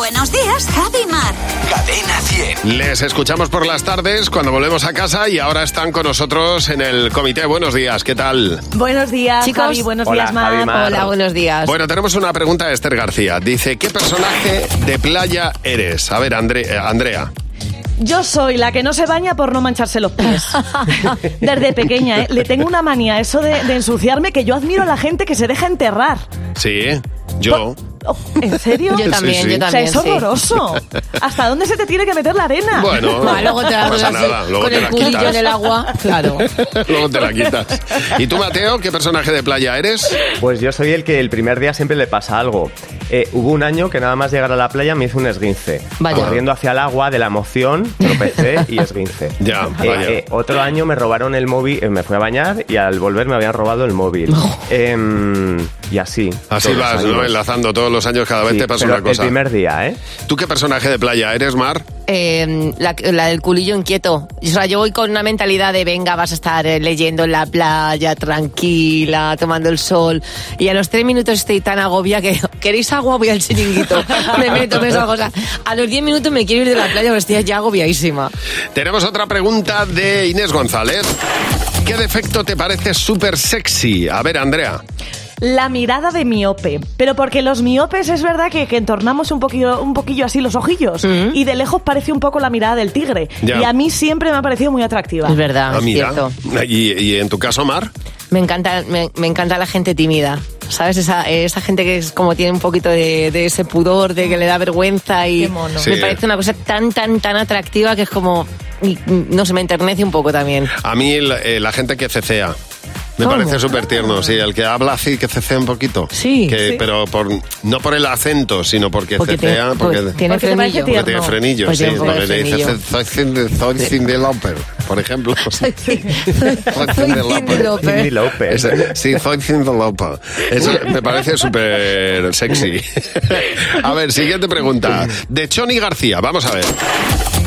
Buenos días, Javi Mar. Cadena 100. Les escuchamos por las tardes cuando volvemos a casa y ahora están con nosotros en el comité. Buenos días, ¿qué tal? Buenos días, Chicos. Javi. Buenos Hola, días, Mar. Javi Mar. Hola, buenos días. Bueno, tenemos una pregunta de Esther García. Dice, ¿qué personaje de playa eres? A ver, Andre- eh, Andrea. Yo soy la que no se baña por no mancharse los pies. Desde pequeña, ¿eh? Le tengo una manía a eso de, de ensuciarme que yo admiro a la gente que se deja enterrar. Sí, yo. Oh, ¿En serio? Yo también, yo O sea, también. es sí. horroroso. ¿Hasta dónde se te tiene que meter la arena? Bueno, Ah, luego te la no pasa pones así, nada. Luego con te el la culillo quitas. en el agua. Claro. Luego te la quitas. ¿Y tú, Mateo, qué personaje de playa eres? Pues yo soy el que el primer día siempre le pasa algo. Eh, hubo un año que nada más llegar a la playa me hizo un esguince. Vaya. Corriendo hacia el agua de la emoción, tropecé y esguince. Ya, Eh, vaya. eh, otro año me robaron el móvil, eh, me fui a bañar y al volver me habían robado el móvil. Em, y así. Así todos los vas, ¿no? años. Enlazando todos los años, cada vez Sí, te pasa pero una cosa. El primer día, ¿eh? ¿Tú qué personaje de playa eres, Mar? Eh, la, la del culillo inquieto. O sea, yo voy con una mentalidad de venga, vas a estar eh, leyendo en la playa, tranquila, tomando el sol. Y a los tres minutos estoy tan agobia que queréis agua, voy al chiringuito. me meto, me salgo. O sea, a los diez minutos me quiero ir de la playa, pero estoy ya agobiadísima. Tenemos otra pregunta de Inés González. ¿Qué defecto te parece súper sexy? A ver, Andrea. La mirada de miope. Pero porque los miopes es verdad que, que entornamos un poquillo, un poquillo así los ojillos. Y de lejos parece un poco la mirada del tigre. Ya. Y a mí siempre me ha parecido muy atractiva. Es verdad, Ah, es mira. cierto. Y, y en tu caso, Mar. Me encanta, me, me encanta la gente tímida. ¿Sabes? Esa, eh, esa gente que es como tiene un poquito de, de ese pudor, de que le da vergüenza y Qué mono. Sí, me eh. parece una cosa tan, tan, tan atractiva que es como, y, mm, no sé, me enternece un poco también. A mí el- eh, la gente que cecea. Me ¿Cómo? parece súper tierno, sí, el que habla así, que cecea un poquito. Sí, Que- sí. Pero por, no por el acento, sino porque, Porque cecea, tiene- porque, porque tiene Porque te parece frenillo. porque tierno. tiene frenillo, Pues sí. tiene un poco porque de le dices, frenillo. soy Cindy- soy Cindy Lauper, por ejemplo. Soy pues, Soy Cindy Lauper. Cindy Lauper. Eso, sí, soy Cindelopa. Eso me parece súper sexy. A ver, siguiente pregunta. De Choni García, vamos a ver.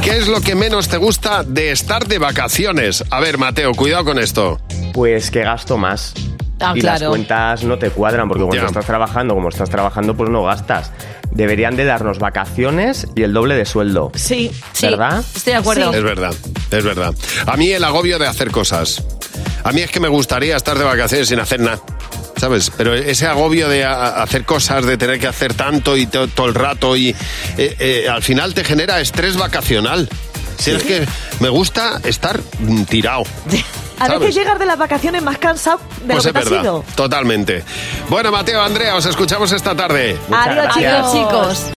¿Qué es lo que menos te gusta de estar de vacaciones? A ver, Mateo, cuidado con esto. Pues que gasto más. Ah, y las claro. cuentas no te cuadran, porque cuando Ya. estás trabajando, como estás trabajando, pues no gastas. Deberían de darnos vacaciones y el doble de sueldo. Sí. Sí, ¿Verdad? Estoy de acuerdo. Es verdad, es verdad. A mí el agobio de hacer cosas. A mí es que me gustaría estar de vacaciones sin hacer nada. ¿Sabes? Pero ese agobio de a- hacer cosas, de tener que hacer tanto y to- todo el rato, y eh, eh, al final te genera estrés vacacional. Si es que me gusta estar mm, tirado. A ¿sabes? veces llegas de las vacaciones más cansado de Pues lo es que te has verdad, ido. totalmente. Bueno, Mateo, Andrea, os escuchamos esta tarde. Muchas Adiós, gracias. Adiós, chicos.